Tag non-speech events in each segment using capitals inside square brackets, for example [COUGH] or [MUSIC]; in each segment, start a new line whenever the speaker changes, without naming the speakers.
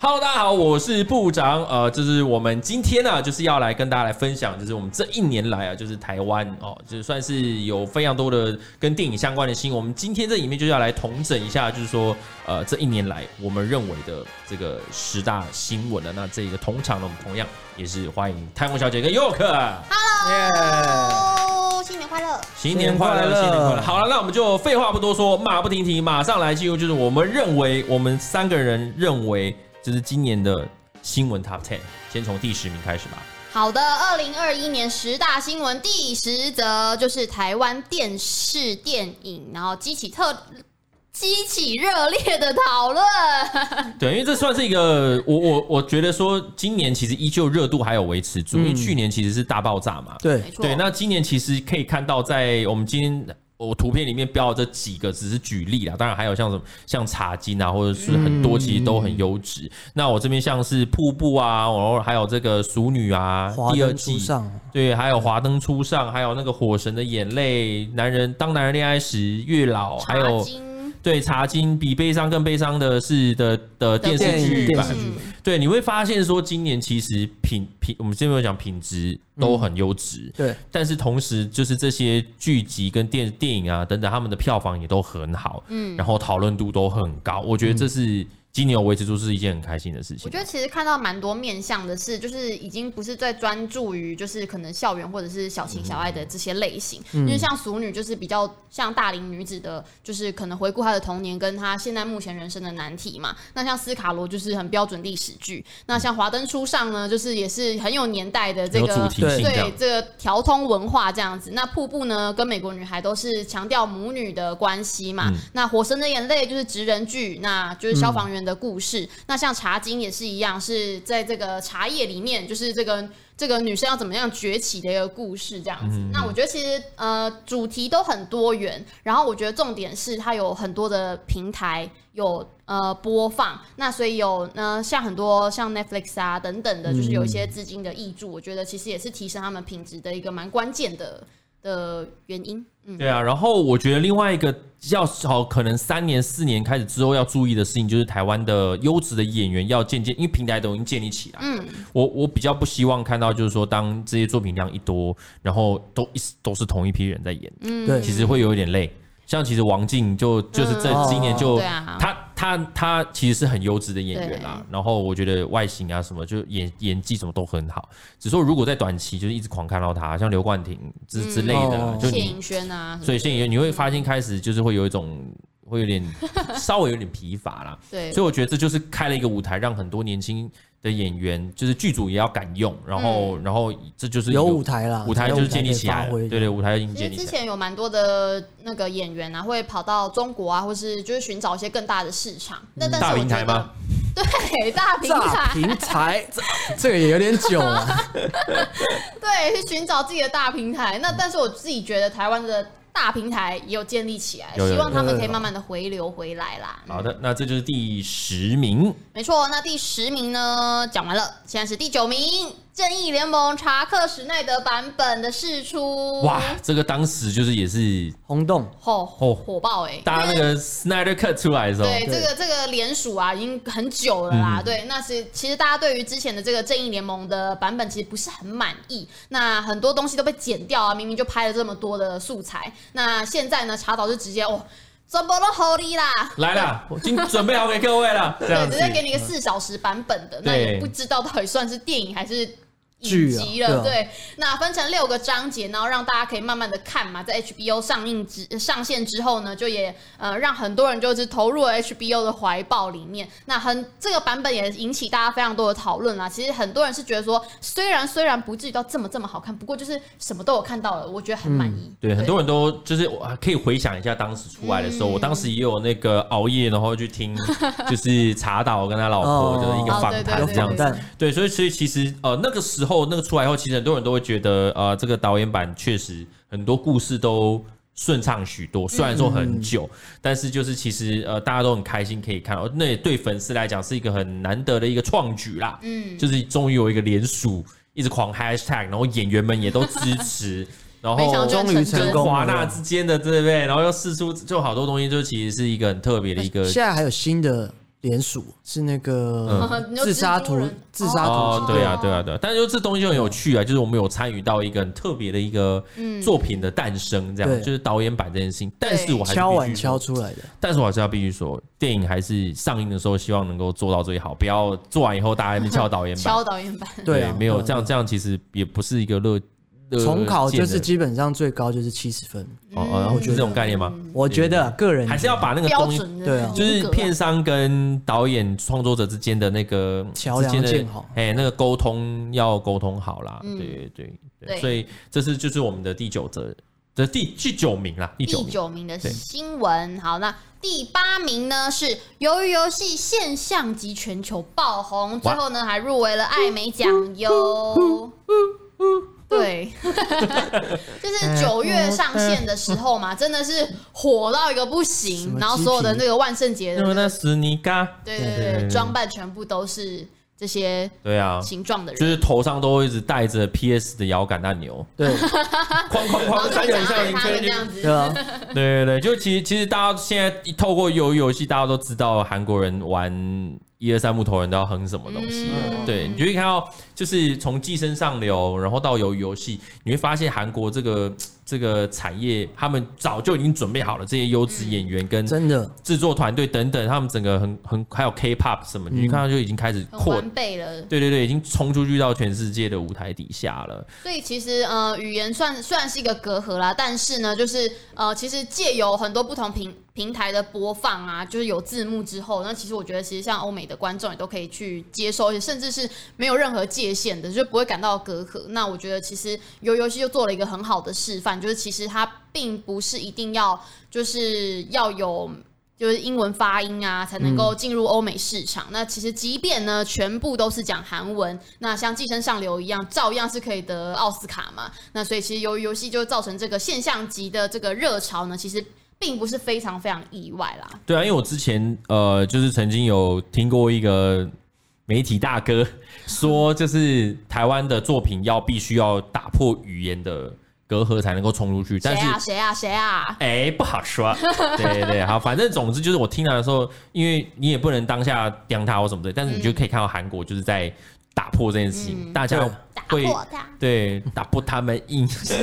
Hello，大家好，我是部长。呃，就是我们今天呢、就是要来跟大家来分享，就是我们这一年来啊，就是台湾哦，就是算是有非常多的跟电影相关的新闻。我们今天这里面就是要来统整一下，就是说，呃，这一年来我们认为的这个十大新闻了。那这个同场呢，我们同样也是欢迎太梦小姐跟 York。啊
耶！
哦，新年快乐！
新年快乐，新
新年快乐
年快乐！好了，那我们就废话不多说，马不停蹄，马上来进入，就是我们认为我们三个人认为，就是今年的新闻 Top Ten，先从第十名开始吧。
好的，二零二一年十大新闻第十则就是台湾电视电影，然后激起特激起热烈的讨论。
对，因为这算是一个，我我我觉得说，今年其实依旧热度还有维持住，因为
嗯
去年其实是大爆炸嘛。
没
对，
错，
对，那今年其实可以看到，在我们今天我图片里面标的这几个只是举例啦，当然还有像什么像茶巾啊，或者是很多
嗯
其实都很优质。那我这边像是瀑布啊，然后还有这个熟女啊，
华
第二
灯
季
初上，
对，还有华灯初上，还有那个火神的眼泪，男人当男人恋爱时，月老，还
茶
有
经
对茶巾比悲伤更悲伤的是的的电视
电影
剧
电
版
视。剧
嗯
对，你会发现说，今年其实品品，我们前面有讲品质都
嗯
很优质，
对，
但是同时，就是这些剧集跟电电影啊等等，他们的票房也都很好，嗯，然后讨论度都很高。我觉得这是今年有维持住是一件很开心的事
我
情
觉。得其实看到蛮多面向的是，就是已经不是在专注于就是可能校园或者是小情小爱的这些类型，
嗯
因为像熟女就是比较像大龄女子的，就是可能回顾她的童年跟她现在目前人生的难题嘛。那像斯卡罗就是很标准历史剧，那像华灯初上呢，就是也是很有年代的这
有
个
主题性这样
对，这个调通文化这样子。那瀑布呢，跟美国女孩都是强调母女的关系嘛。
嗯
那火神的眼泪就是职人剧，那就是消防员的故事。
嗯
那像茶经也是一样，是在这个茶叶里面，就是这个这个女生要怎么样崛起的一个故事这样子。
嗯
那我觉得其实呃主题都很多元，然后我觉得重点是它有很多的平台有呃播放，那所以有呃像很多像 Netflix 啊等等的，就是有一些
嗯
资金的益助，我觉得其实也是提升他们品质的一个蛮关键的的原因。嗯，
对啊，然后我觉得另外一个要好，可能三年四年开始之后要注意的事情，就是台湾的优质的演员要渐渐，因为平台都已经建立起来，嗯，我我比较不希望看到就是说，当这些作品量一多，然后都一都是同一批人在演，
嗯
对，
其实会有一点累。像其实王静就就是这
嗯
今年就、
对啊
哦他他他其实是很优质的演员啦，然后我觉得外形啊什么就演演技什么都很好，只是说如果在短期就是一直狂看到他，像刘冠廷之之类的啊，
哦
就
嗯谢
你
盈萱啊，
所以现在你会发现开始就是会有一种会有点稍微有点疲乏啦，
对
所以我觉得这就是开了一个舞台，让很多年轻的演员就是剧组也要敢用，然后、
嗯
然后这就是
有
一个
舞台啦，
舞台就是建立起来了，
有舞台可以发挥
对对，舞台已经
其
建
实
立起
之
来了。
前有蛮多的那个演员啊，会跑到中国啊，或是就是寻找一些更大的市场。那、但是
大
我
平
觉
台
得
吗？
对，大平
炸
台，
平台，
[LAUGHS]
这这个也有点久了， [LAUGHS]
对，去寻找自己的大平台。
嗯
那但是我自己觉得台湾的大平台也有建立起来，
有有有
希望他
有
们
有
可以
有
慢慢的回流回来啦。嗯
好的，那这就是第十名。
没错，那第十名呢？讲完了，现在是第九名，《正义联盟》查克·史奈德版本的释出，
哇，这个当时就是也是
轰动，
吼
哦
火火爆哎、欸！
大家那个 Snyder Cut 出来的时候，嗯
对，
对
这个这个联署啊，已经很久了啦。对，那是其实大家对于之前的这个正义联盟的版本其实不是很满意，那很多东西都被剪掉啊，明明就拍了这么多的素材，那现在呢，查导就直接哦，怎么都合理啦。
来啦，我已经准备好给各位了，这
[LAUGHS] 对，
样
直
子。
接给你个四小时版本的，那
对
也不知道到底算是电影还是。影
剧啊
集了，
对
对，那分成六个章节，然后让大家可以慢慢的看嘛，在 HBO 上映之上线之后呢，就也呃让很多人就是投入了 HBO 的怀抱里面。那很这个版本也引起大家非常多的讨论啦。其实很多人是觉得说，虽然虽然不至于到这么这么好看，不过就是什么都有看到了，我觉得很满意。
嗯对，很多人都就是我可以回想一下当时出来的
嗯
时候，我当时也有那个熬夜，然后去听就是查导跟他老婆
哦
的一个
哦
访
对对
谈
有
对
这样
反
子。
弹，
对，所以所以其实呃那个时候那个出来后，其实很多人都会觉得呃这个导演版确实很多故事都顺畅许多，虽然说很久，但是就是其实呃大家都很开心可以看，哦，那也对粉丝来讲是一个很难得的一个创举啦，嗯，就是终于有一个联署，一直狂 hashtag，然后演员们也都支持， [LAUGHS] 然
没想
后
到就
终于成
跟
功
华纳
了。
之间的对不对？然后又试出就好多东西，就其实是一个很特别的一个
现在还有新的联署，是那个
嗯
自杀图
你说蜘蛛人
自杀
哦
图，，
对啊，对啊，对啊，但是就这东西就很有趣啊，就是我们有参与到一个很特别的一个
嗯
作品的诞生，这样、
对
就是导演版这件事情。但是我还是
敲
必
碗
须
敲
说，
出来的，
但是我还是要必须说，电影还是上映的时候，希望能够做到最好，不要做完以后大家还没敲导演版
[LAUGHS] 敲，导演版，
[LAUGHS] 对啊，
没有
对啊
这样，这样其实也不是一个乐。乐
重考
见
就
的
是基本上最高就是七十分，
哦哦，然后就是这种概念吗？
我觉得啊个人
还是要把那个
嗯标
东西，
准的
对啊
就是片商跟导演、创作者之间的那个
桥梁
之间的
建好
哎，那个沟通要沟通好啦。对对
嗯对
所以这是就是我们的第九则的第第九名啦，第九
第
名。
九名的
对
新闻。好，那第八名呢是《鱿鱼游戏》现象级全球爆红，最后呢还入围了艾美奖哟。对， [LAUGHS]
呃
就是九月上线的时候嘛，真的是火到一个不
什
行，
么
然后所有的
鸡皮
那个万圣节的
因
那
为
个
那是你嘎，
对对
对
对
对
对，装扮全部都是这些
对啊，
形状的
就
人。
是头上都会一直带着 PS 的摇杆按钮，
对
啊
哐哐
然后
哐，
就
三个人向你
想要给他
推
们这
进。
样
对
[LAUGHS]
子，
啊，
对对对，就其实其实大家现在一透过游游戏，大家都知道韩国人玩一二三木头人都要哼什么东西。
嗯
对，你就会看到，就是从寄生上流，然后到游游戏，你会发现韩国这个这个产业，他们早就已经准备好了这些优质演员跟
真的
制作团队等等，他们整个很很还有 K-pop 什么，你就看到就已经开始
很
扩
完，备了。
对对对，已经冲出去到全世界的舞台底下了。
所以其实呃，语言算虽然是一个隔阂啦，但是呢，就是呃，其实借由很多不同平平台的播放啊，就是有字幕之后，那其实我觉得，其实像欧美的观众也都可以去接受，而且甚至是没有任何界限的，就不会感到隔阂。那我觉得，其实游游戏就做了一个很好的示范，就是其实它并不是一定要就是要有就是英文发音啊，才能
嗯
够进入欧美市场。那其实即便呢，全部都是讲韩文，那像《寄生上流》一样，照样是可以得奥斯卡嘛。那所以其实由于游戏就造成这个现象级的这个热潮呢，其实并不是非常非常意外啦。
对啊，因为我之前呃，就是曾经有听过一个媒体大哥说，就是台湾的作品要必须要打破语言的隔阂才能够冲出去，
谁
但是。
啊谁啊谁啊？
哎、不好
[LAUGHS]
说。对对对，好，反正总之就是我听到的时候，因为你也不能当下刁他或什么的，但是你就可以看到韩国就是在打破这件事情，大家
嗯打
会
破它！
对，打破他们印
[LAUGHS]
象。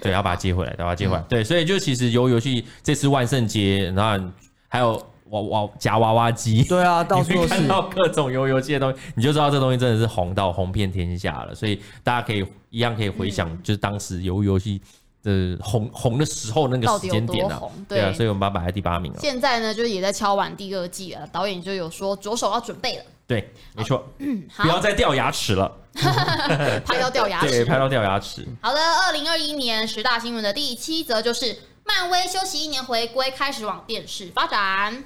对，要把它接回来，要把它接回
嗯
来。对，所以就其实游游戏这次万圣节，然后还有娃娃夹娃娃机，
对啊，到
你
处
会
都
看
是。
到各种游游戏的东西，你就知道这东西真的是红到红遍天下了。所以大家可以一样可以回想，就是当时游游戏的红红的时候那个
到
时
底有
间点
多
啊
红，
对啊，
对
所以我们把它摆在第八名了。
现在呢，就是也在敲完第二季了，导演就有说着手要准备了，
对，没错，
嗯，
不要
好，
再掉牙齿了，
拍到掉牙齿
对，，拍到掉牙齿。
好的，二零二一年十大新闻的第七则就是漫威休息一年回归，开始往电视发展。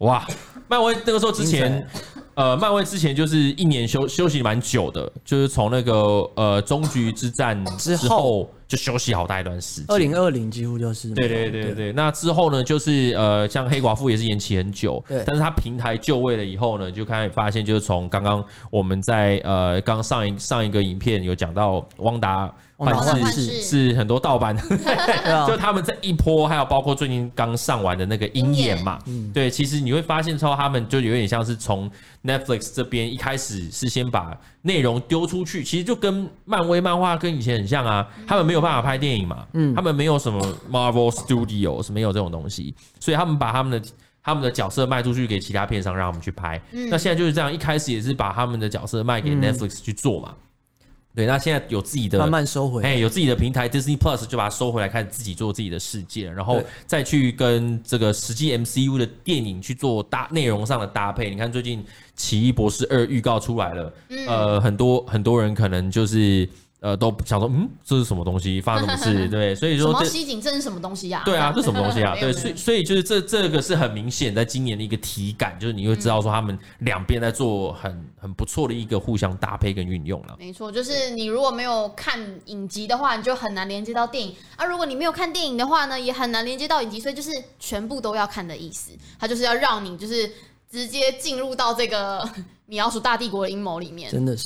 哇，呃漫威那个时候之前，呃，漫威之前就是一年休休息蛮久的，就是从那个呃终局之战
之后
就休息好大一段时间。
二零二零几乎就是
对对对对对，那之后呢，就是呃，像黑寡妇也是延期很久，
对
但是它平台就位了以后呢，就开始发现，就是从刚刚我们在呃刚上一上一个影片有讲到汪达
汪达
幻
幻
视
视
是很多盗版，
对啊
就他们这一波，还有包括最近刚上完的那个鹰眼嘛，
嗯
对，其实你会发现说他们就有点像是从 Netflix 这边一开始是先把内容丢出去，其实就跟漫威漫画跟以前很像啊，
嗯
他们没有办法拍电影嘛，他们没有什么 Marvel Studio 是没有这种东西，所以他们把他们的。他们的角色卖出去给其他片商，让他们去拍。
嗯
那现在就是这样，一开始也是把他们的角色卖给 Netflix 去做嘛。对，那现在有自己的
慢慢收回。
哎、有自己的平台，Disney Plus 就把它收回来，开始自己做自己的世界，然后
对
再去跟这个实际 MCU 的电影去做搭内容上的搭配。你看最近《奇异博士二》预告出来了，
嗯
呃，很多很多人可能就是呃都想说，嗯，这是什么东西，发生什么
[LAUGHS]
事？对，所以
什
说
么
这
西景镇是什么东西呀、
对啊，这什么东西啊？
[LAUGHS] 没
对，
有没有
所以所以就是这这个是很明显，在今年的一个体感，就是你会
嗯
知道说他们两边在做很很不错的一个互相搭配跟运用了。
没错，就是你如果没有看影集的话，你就很难连接到电影啊。如果你没有看电影的话呢，也很难连接到影集，所以就是全部都要看的意思。它就是要让你就是直接进入到这个 [LAUGHS] 米老鼠大帝国的阴谋里面。
真的是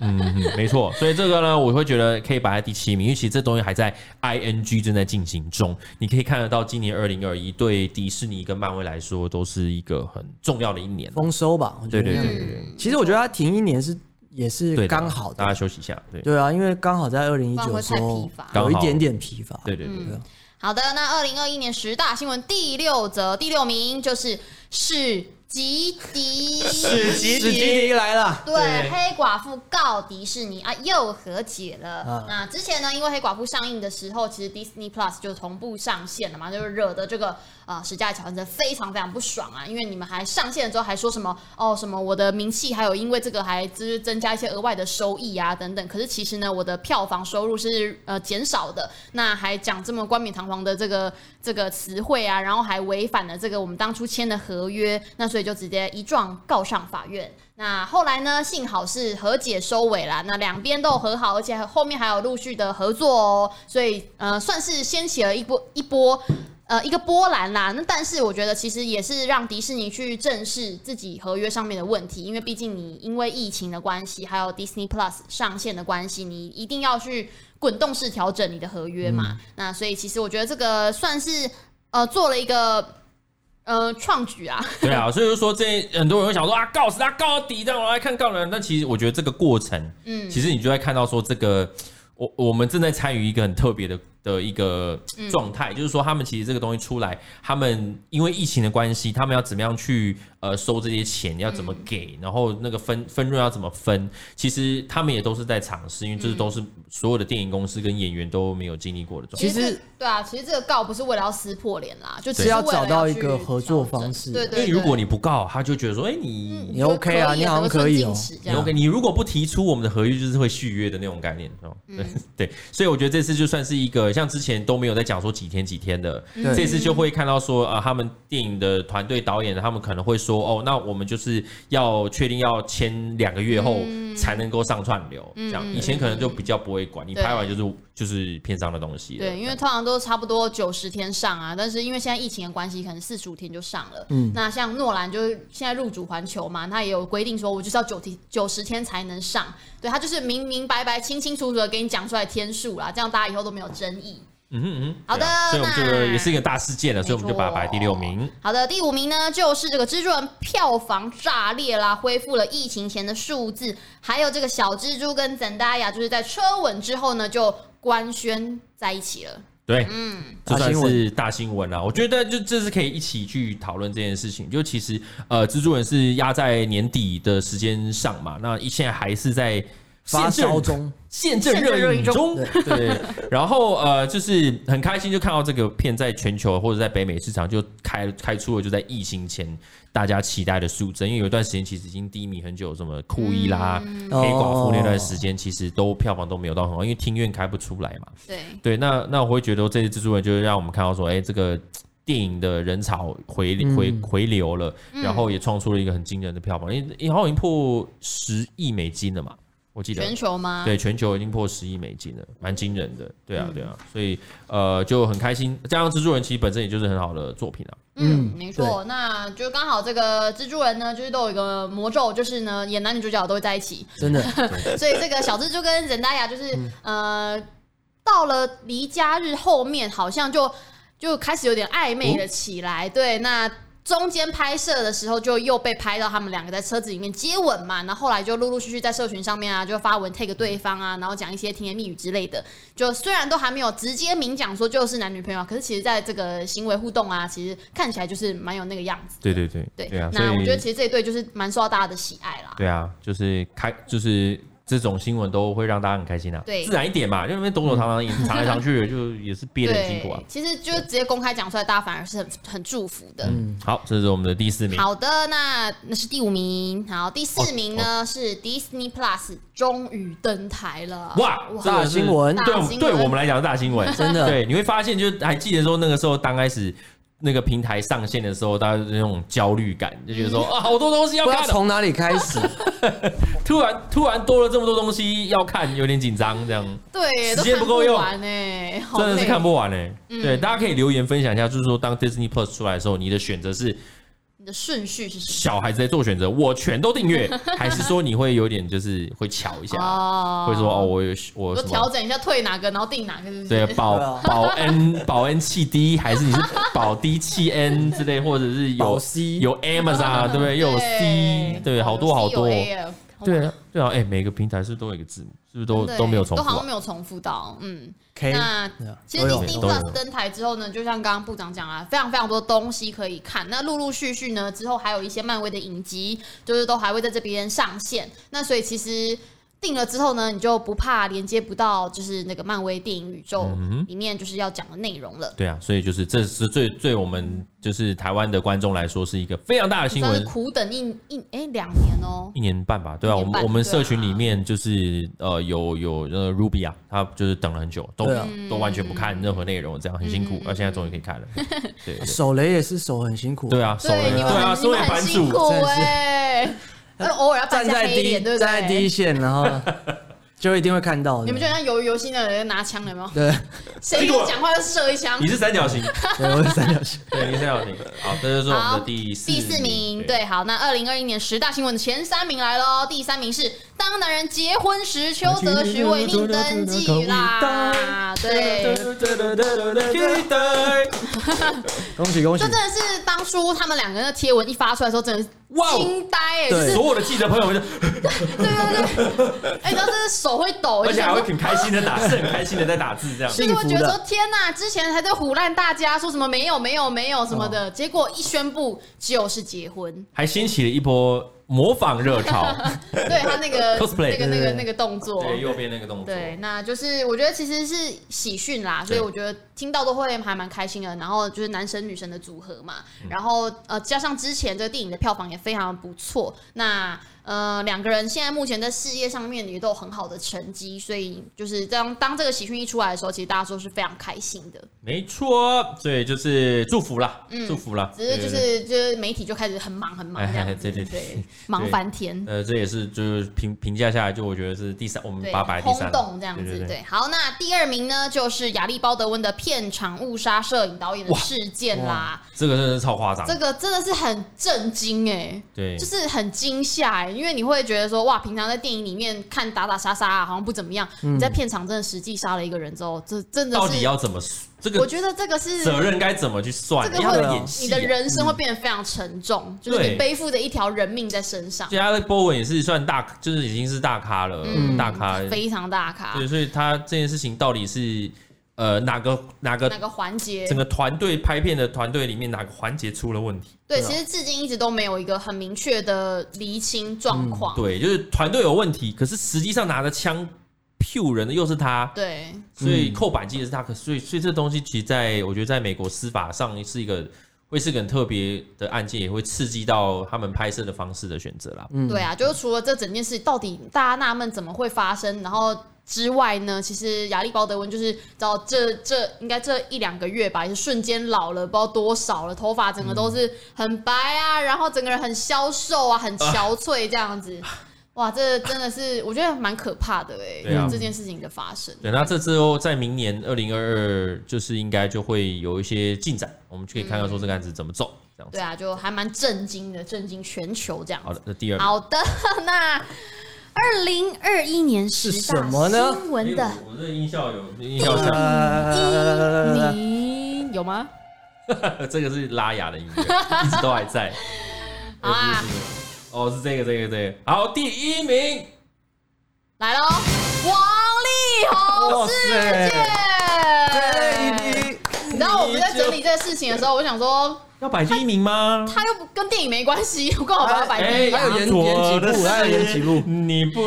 嗯，嗯没错。所以这个呢，我会觉得可以摆在第七名，因为其实这东西还在 ing 正在进行中。你可以看得到，今年二零二一对迪士尼跟漫威来说都是一个很重要的一年。
丰收吧？我
对
觉得
对对对对
嗯，
其实我觉得他停一年是也是
对，
刚好
大
的，
家休息一下。对
对啊，因为刚好在二零一
不然
九
会
的时候
太疲乏
有一点点疲乏，
对对对，
对啊
好的，那二零二一年十大新闻第六则第六名就是史吉迪，
史吉
史基迪来了，
对，黑寡妇告迪士尼啊，又和解了。
啊
那之前呢，因为黑寡妇上映的时候，其实 Disney Plus 就同步上线了嘛，就是惹得这个呃史嘉乔恩真的非常非常不爽啊，因为你们还上线了之后还说什么哦什么我的名气，还有因为这个还就是增加一些额外的收益啊等等。可是其实呢，我的票房收入是呃减少的，那还讲这么冠冕堂皇的这个这个词汇啊，然后还违反了这个我们当初签的合约，那所以就直接一状告上法院。那后来呢？幸好是和解收尾啦，那两边都有和好，而且后面还有陆续的合作哦，所以呃，算是掀起了一波一波。呃，一个波澜啦，那但是我觉得其实也是让迪士尼去正视自己合约上面的问题，因为毕竟你因为疫情的关系，还有 Disney Plus 上线的关系，你一定要去滚动式调整你的合约
嗯
嘛。那所以其实我觉得这个算是呃做了一个呃创举啊，
对啊，所以就说这很多人会想说啊，告死他，告到底，让我来看告人。但其实我觉得这个过程，
嗯
其实你就在看到说这个，我我们正在参与一个很特别的的一个
嗯
状态，就是说他们其实这个东西出来，他们因为疫情的关系，他们要怎么样去呃收这些钱，要怎么给，
嗯
然后那个分分润要怎么分，其实他们也都是在尝试，因为这
嗯
都是所有的电影公司跟演员都没有经历过的状态。
其实
[LAUGHS] 对啊，其实这个告不是为了要撕破脸啦，就只
是
为
要
了
找到
要
一个
去
合作
调整
方式
对
因
对
为
对，
如果你不告，他就觉得说，哎、你
嗯
你 OK 啊
就可以
你好像可以哦
得寸进尺这
你
样
OK，你如果不提出我们的合约，就是会续约的那种概念，哦，
嗯
对 [LAUGHS] 对，所以我觉得这次就算是一个像之前都没有在讲说几天几天的，
嗯
对
这次就会看到说啊、呃他们电影的团队导演他们可能会说哦，那我们就是要确定要签两个月后
嗯
才能够上串流，这样以前可能就比较不会管，你
对
拍完就是就是片商的东西了，
对，因为通常都差不多九十天上啊，但是因为现在疫情的关系，可能四十五天就上了。嗯，那像诺兰就是现在入主环球嘛，他也有规定说，我就是要九天九十天才能上。对他就是明明白白、清清楚楚的给你讲出来天数啦，这样大家以后都没有争议。
嗯哼嗯哼，
好的
对啊所以我们这个
那
也是一个大事件了，所以我们就把它摆第六名。
好的，第五名呢，就是这个《蜘蛛人》票房炸裂啦，恢复了疫情前的数字，还有这个小蜘蛛跟赞达亚，就是在车吻之后呢，就官宣在一起了。
对，
嗯，
这算是大新闻啦、啊我觉得就这是可以一起去讨论这件事情。就其实呃，蜘蛛人是压在年底的时间上嘛，那一现在还是在
发
现
烧
正
中，
现正热映中，对。然后呃，就是很开心就看到这个片在全球或者在北美市场就开开出了，就在疫情前大家期待的数字，因为有一段时间其实已经低迷很久，什么库伊拉、黑寡妇那段时间，其实都票房都没有到很好，因为厅院开不出来嘛。
对，
对，那那我会觉得这些蜘蛛人就是让我们看到说，哎、这个电影的人潮回回回流了，
嗯
然后也创出了一个很惊人的票房，因为好像已经破十亿美金了嘛，我记得。
全球吗？
对，全球已经破十亿美金了，蛮惊人的。对
嗯
啊，对啊，所以呃就很开心。加上蜘蛛人其实本身也就是很好的作品啊，
嗯，
嗯
没错，那就刚好这个蜘蛛人呢，就是都有一个魔咒，就是呢，演男女主角都会在一起，
真的，
所以这个小蜘蛛跟任达雅就是、
嗯
呃，到了离家日后面，好像就就开始有点暧昧
哦
了起来。对，那中间拍摄的时候就又被拍到他们两个在车子里面接吻嘛，然后后来就陆陆续续在社群上面啊，就发文 take 对方啊，然后讲一些甜言蜜语之类的。就虽然都还没有直接明讲说就是男女朋友啊，可是其实在这个行为互动啊，其实看起来就是蛮有那个样子。
对对对
对，
对啊，所
那我觉得
以
其实这一对就是蛮受到大家的喜爱啦。
对啊，就是开就是。这种新闻都会让大家很开心啊，
对嗯
自然一点嘛，因为那边躲躲藏藏、藏来藏去的，就也是憋得很辛苦啊。
其实就是直接公开讲出来，大家反而是很很祝福的。
嗯好，这是我们的第四名。
好的，那那是第五名，好，第四名
哦
呢、是 Disney Plus 终于登台了，
哇，这个
大
是
新闻
对
大
我
新闻
对我们来讲是大新闻，
真的
对，你会发现，就还记得说那个时候刚开始那个平台上线的时候，大家就是那种焦虑感，就觉得说啊，好多东西要
不知道
看了，
从哪里开始，
突然突然多了这么多东西要看，有点紧张，这样
对，都
时间
看
不
不
够用
完哎、好
真的是
累
欸看不完嘞。对，大家可以留言分享一下，就是说当 Disney Plus 出来的时候，你的选择是
你的顺序是什
小孩子在做选择，我全都订阅，还是说你会有点就是会巧一
么？
下，
哦
会说哦，，我有我
我
有什
调
么？
整一下退哪个，然后定哪个，是 [LAUGHS] 不是？
对，
对
保
啊
保 N 保 N 气 D，还是你是保 D 气
[LAUGHS]
N 之类，或者是有
保 C
有 Amazon 啊对不对？又有 C，对，好多好多。对
啊，
啊，对啊，哎、每个平台是不是都有一个字母，是不是都
对
都没有重
都
复、
好像
啊？
没有重复到，嗯。
K，
那
对啊
其实
都有
Disney
都有
Plus 登台之后呢，就像刚刚部长讲啊，非常非常多东西可以看。那陆陆续续呢，之后还有一些漫威的影集，就是都还会在这边上线。那所以其实。定了之后呢，你就不怕连接不到，就是那个漫威电影宇宙
嗯
里面就是要讲的内容了，
对啊，所以就是这是对对我们就是台湾的观众来说是一个非常大的新
算是
闻，
苦等一一哎两年哦、
一年半吧，对啊，
一
我
年半
们我们
对啊
社群里面就是呃有有呃 Ruby 啊，他就是等了很久，都、
对啊
都完全不看任何内容，这样很辛苦，
嗯
那、现在终于可以看了，对对
手雷也是手很辛苦，
对，啊，手雷
对，你们
对啊，
很你
身为
们
版
很辛
主
苦
真的是
哎、那偶尔要扮一
站
下
在
黑
第一
脸，对不对？
站在第一线，然后就一定会看到的。
你们就像鱿鱼游戏那人拿枪，有没有？
对，
谁跟我讲话就射一枪
你。是三角形，
对，我是三角形。
[LAUGHS] 对，你是三角形，好，这就是我们
好，
的第四
第四名，，对，好，那二零二一年十大新闻的前三名来喽。第三名是当男人结婚时，邱泽、徐伟宁登记啦，对。
恭喜恭喜
这真！的是当初他们两个人的贴文一发出来的时候，真的
哇
是
哦
惊呆哎、
对
就是
所有的记者朋友们就。
对对对对，哎、你知道这是手会抖，
而且还会
就
挺开心的打，是很开心的在打字这样。
是
是会觉得
幸
说天哪，之前还在唬烂大家说什么没有没有没有什么
哦
的，结果一宣布就是结婚，
还掀起了一波模仿热
[LAUGHS]
潮。
对他那
[LAUGHS]
个
Cosplay，
那个那个那个动作，
对，右边那个动作。
对，那就是我觉得其实是喜讯啦，所以我觉得听到都会还蛮开心的。然后就是男神女神的组合嘛，
嗯
然后呃加上之前这个电影的票房也非常不错，那呃两个人现在目前在事业上面也都有很好的成绩，所以就是当当这个喜讯一出来的时候，其实大家都是非常开心的。
没错，所以就是祝福啦，祝福啦。
嗯只是
对。对
就
对
是就是媒体就开始很忙很忙这样
哎
子，
[LAUGHS] 对对对
对，忙翻天。
呃，这也是就是评评价下来，就我觉得是第三，我们
对，
把它摆第
轰
三，
动这样子。
对对对，
好，那第二名呢，就是亚历鲍德温的片场误杀摄影导演的事件啦，
这个真的是超夸张
这。个真的是很震惊哎、
对
就，是很惊吓哎，因为你会觉得说哇，平常在电影里面看打打杀杀、啊、好像不怎么样，你在片场真的实际杀了一个人之后，这真的
嗯到底
是，
要怎么这
我
个
觉得这个是
责任该怎么去算？
这个
要
会
不要演戏
你
啊
的人生会变得非常沉重，就是
对
你背负着一条人命在身上，
加勒波文也是算大，就是已经是大咖了，大咖。
非常大咖
对，，所以他这件事情到底是呃哪个哪个
那个环节
整个团队拍片的团队里面哪个环节出了问题？
对，其实至今一直都没有一个很明确的厘清状况。
对，就是团队有问题，可是实际上拿着枪 Q 人的又是他，
对
所以扣扳机的是他。可所以所以这东西其实在我觉得在美国司法上是一个会是个很特别的案件，也会刺激到他们拍摄的方式的选择啦。
对啊，就是除了这整件事到底大家纳闷怎么会发生，然后之外呢，其实亚历鲍德温就是到这这应该这一两个月吧，也是瞬间老了不知道多少了，头发整个都是很白啊，然后整个人很消瘦啊，很憔悴这样子。哇，这真的是我觉得蛮可怕的哎、
对啊
这件事情的发生。
对，那这之后在明年二零二二，就是应该就会有一些进展，我们就可以看看说这个案子怎么走，这样子。
对啊，就还蛮震惊的，震惊全球这样子
好。的，那第二名
[LAUGHS] 好的，那二零二一年十
是
大
什么呢
新闻的
哎我我这音效有音效像
呃，
你有吗？
[LAUGHS] 这个是拉雅的音乐，一直都还在。
呃
好 [LAUGHS]
嗯
啊
哦，是这个，这个，这个。好，第一名，
来喽，王力宏世界。
对
你知道我们在整理这个事情的时候，我想说
要摆第一名吗？
他又不跟电影没关系，我刚好把它摆第一
哎还有
啊。
延延几步还有延几步
你不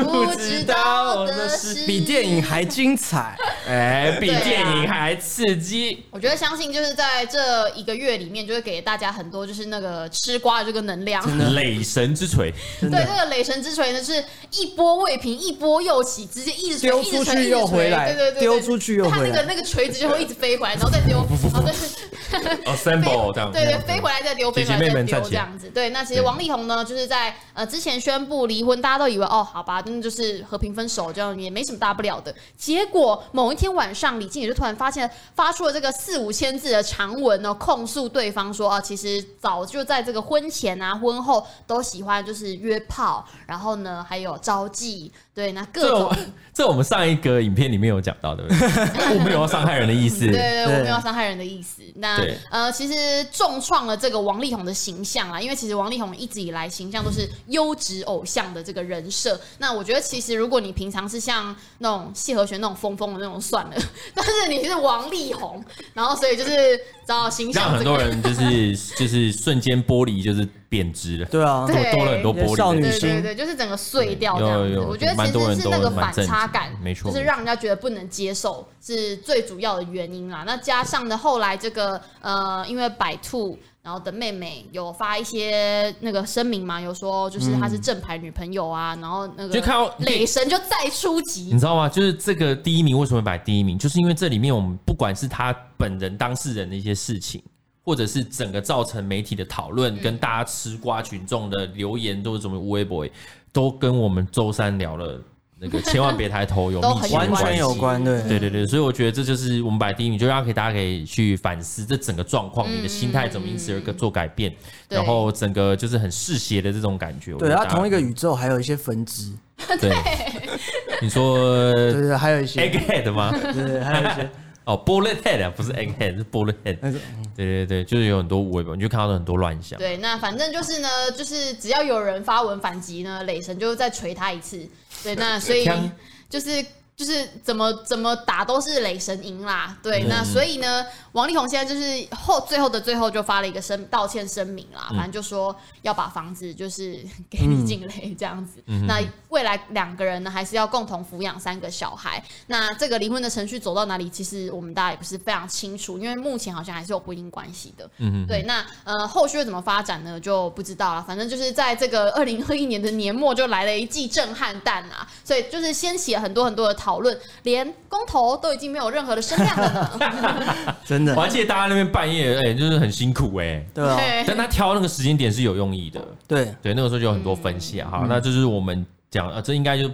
不知道的事
比电影还精彩，
哎，比
对啊
电影还刺激。
我觉得相信就是在这一个月里面，就会给大家很多就是那个吃瓜的这个能量。
雷神之锤，
真
对，
的
这个雷神之锤呢，是一波未平，一波又起，直接一直锤
丢
一直锤
出
一直
去又
锤
回来
对对对，
丢出去又
它
回
那个那
来，
个锤子就会一直飞回来，然后再丢，然后再
哦，Assemble 这样。
对对，飞回来再丢，
姐
飞
姐
回来
妹
再
们站
丢
起来
这样子。对，那其实王力宏呢，就是在呃之前宣布离婚，大家都以为哦，好吧，那就是和平分手，这样也没什么大不了的。结果某一天晚上，李静也就突然发现发出了这个四五千字的长文哦，控诉对方说啊，其实早就在这个婚前啊、婚后都喜欢就是约炮，然后呢还有招妓，对，那各
这
种
我 [LAUGHS] 这我们上一个影片里面有讲到，对不
[LAUGHS]
对？我没有要伤害人的意思
嗯对。对，
对
我没有伤害人的意思。那
对
呃，其实重创了这个王力宏的形象啊啦，因为其实王力宏一直以来形象都是优质偶像的这个人设。那我觉得，其实如果你平常是像那种谢和弦那种疯疯的那种算了， [LAUGHS] 但是你是王力宏，然后所以就是找形
让
象
很
这个
多人就是就是瞬间玻璃就是贬值了，
对啊，
对
多了很多玻
少
璃
女
的。
对
星
对对，就是整个碎掉这样
有
子。
有有
我觉得
蛮
其
多
实
人
是
都
那个
蛮
反
震
差
惊
感，
没错
就是让人家觉得不能接受，是最主要的原因啦。那加上呢，后来这个呃，因为百兔。然后的妹妹有发一些那个声明嘛，有说就是她是正牌女朋友啊，然后那
嗯
个
就看嗯到
雷神就再出击
你，知道吗？就是这个第一名为什么会摆第一名，就是因为这里面我们不管是他本人当事人的一些事情，或者是整个造成媒体的讨论，跟大家吃瓜群众的留言都是怎么微博，都跟我们周三聊了那个千万别抬头有
都
密
很
切的
完
关
全
系。
有关，对
对对对，所以我觉得这就是我们摆第一名，就让给大家可以去反思这整个状况，你的心态怎么因此而做改变，
对
然后整个就是很嗜血的这种感觉。我觉
对，
得
它
大家
同一个宇宙还有一些分支，
对，你
[LAUGHS]
说
对对，对还有一些，
egghead 吗？
对对对，还有一些
哦，bullet head 啊，不是 egghead，是 bullet head。
那种。嗯
对对对，就是有很多无为本，你就看到了很多乱象。
对，那反正就是呢，就是只要有人发文反击呢，雷神就再捶他一次。对，那所以
锵
就是就是怎么怎么打都是雷神赢啦。对，那所以呢，王力宏现在就是后最后的最后就发了一个声道歉声明啦，反正就说要把房子就是 [LAUGHS] 给李静蕾这样子。那未来两个人呢，还是要共同抚养三个小孩。那这个离婚的程序走到哪里，其实我们大家也不是非常清楚，因为目前好像还是有婚姻关系的。
嗯
对，那呃，后续会怎么发展呢？就不知道了。反正就是在这个二零二一年的年末，就来了一记震撼弹啊！所以就是掀起了很多很多的讨论，连公投都已经没有任何的声量了
[LAUGHS]
呢。
真的
我，还记得大家那边半夜，哎、就是很辛苦哎、
对啊，
但他挑那个时间点是有用意的，
对，
对，那个时候就有很多分析啊。好，那就是我们讲，呃，这应该就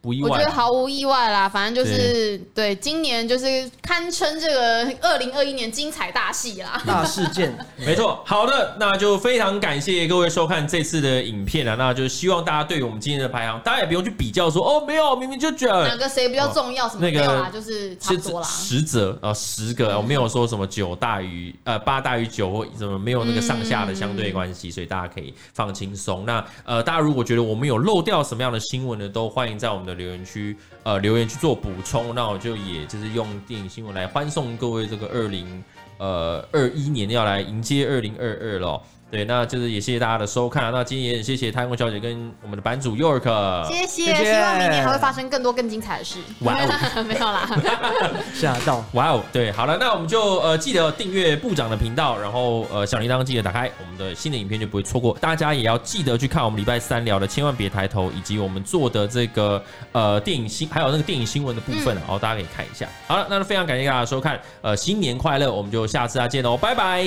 不意
嗯我
外
觉得。毫无意外啦。反正就是对今年就是堪称这个二零二一年精彩大戏啦。
大事件，
没错，好的，那就非常感谢各位收看这次的影片啊，那就希望大家对于我们今天的排行，大家也不用去比较说，哦，没有，明明就卷，
哪个谁比较重要？什
哦那
么没
个
有啦，就是差不
是
多啦。
十则啊、呃十个，我没有说什么九大于呃八大于九或什么，没有那个上下的相对关系，所以大家可以放轻松。那呃，大家如果觉得我们有漏掉什么样的新闻呢，都欢迎在我们的留言区呃留言去做补充。那我就也就是用电影新闻来欢送各位这个二零呃二一年要来迎接二零二二了。对，那就是也谢谢大家的收看啊、那今天也谢谢太空小姐跟我们的版主 York，
谢谢，
谢谢
希望明年还会发生更多更精彩的事。 [LAUGHS]
哇
没有啦。
吓到，
哇哦，对，好了，那我们就呃记得订阅部长的频道，然后呃小铃铛记得打开，我们的新的影片就不会错过。大家也要记得去看我们礼拜三聊的《千万别抬头》，以及我们做的这个呃电影新，还有那个电影新闻的部分，然、后、大家可以看一下。好了，那非常感谢大家的收看，呃，新年快乐，我们就下次再见喽，拜拜。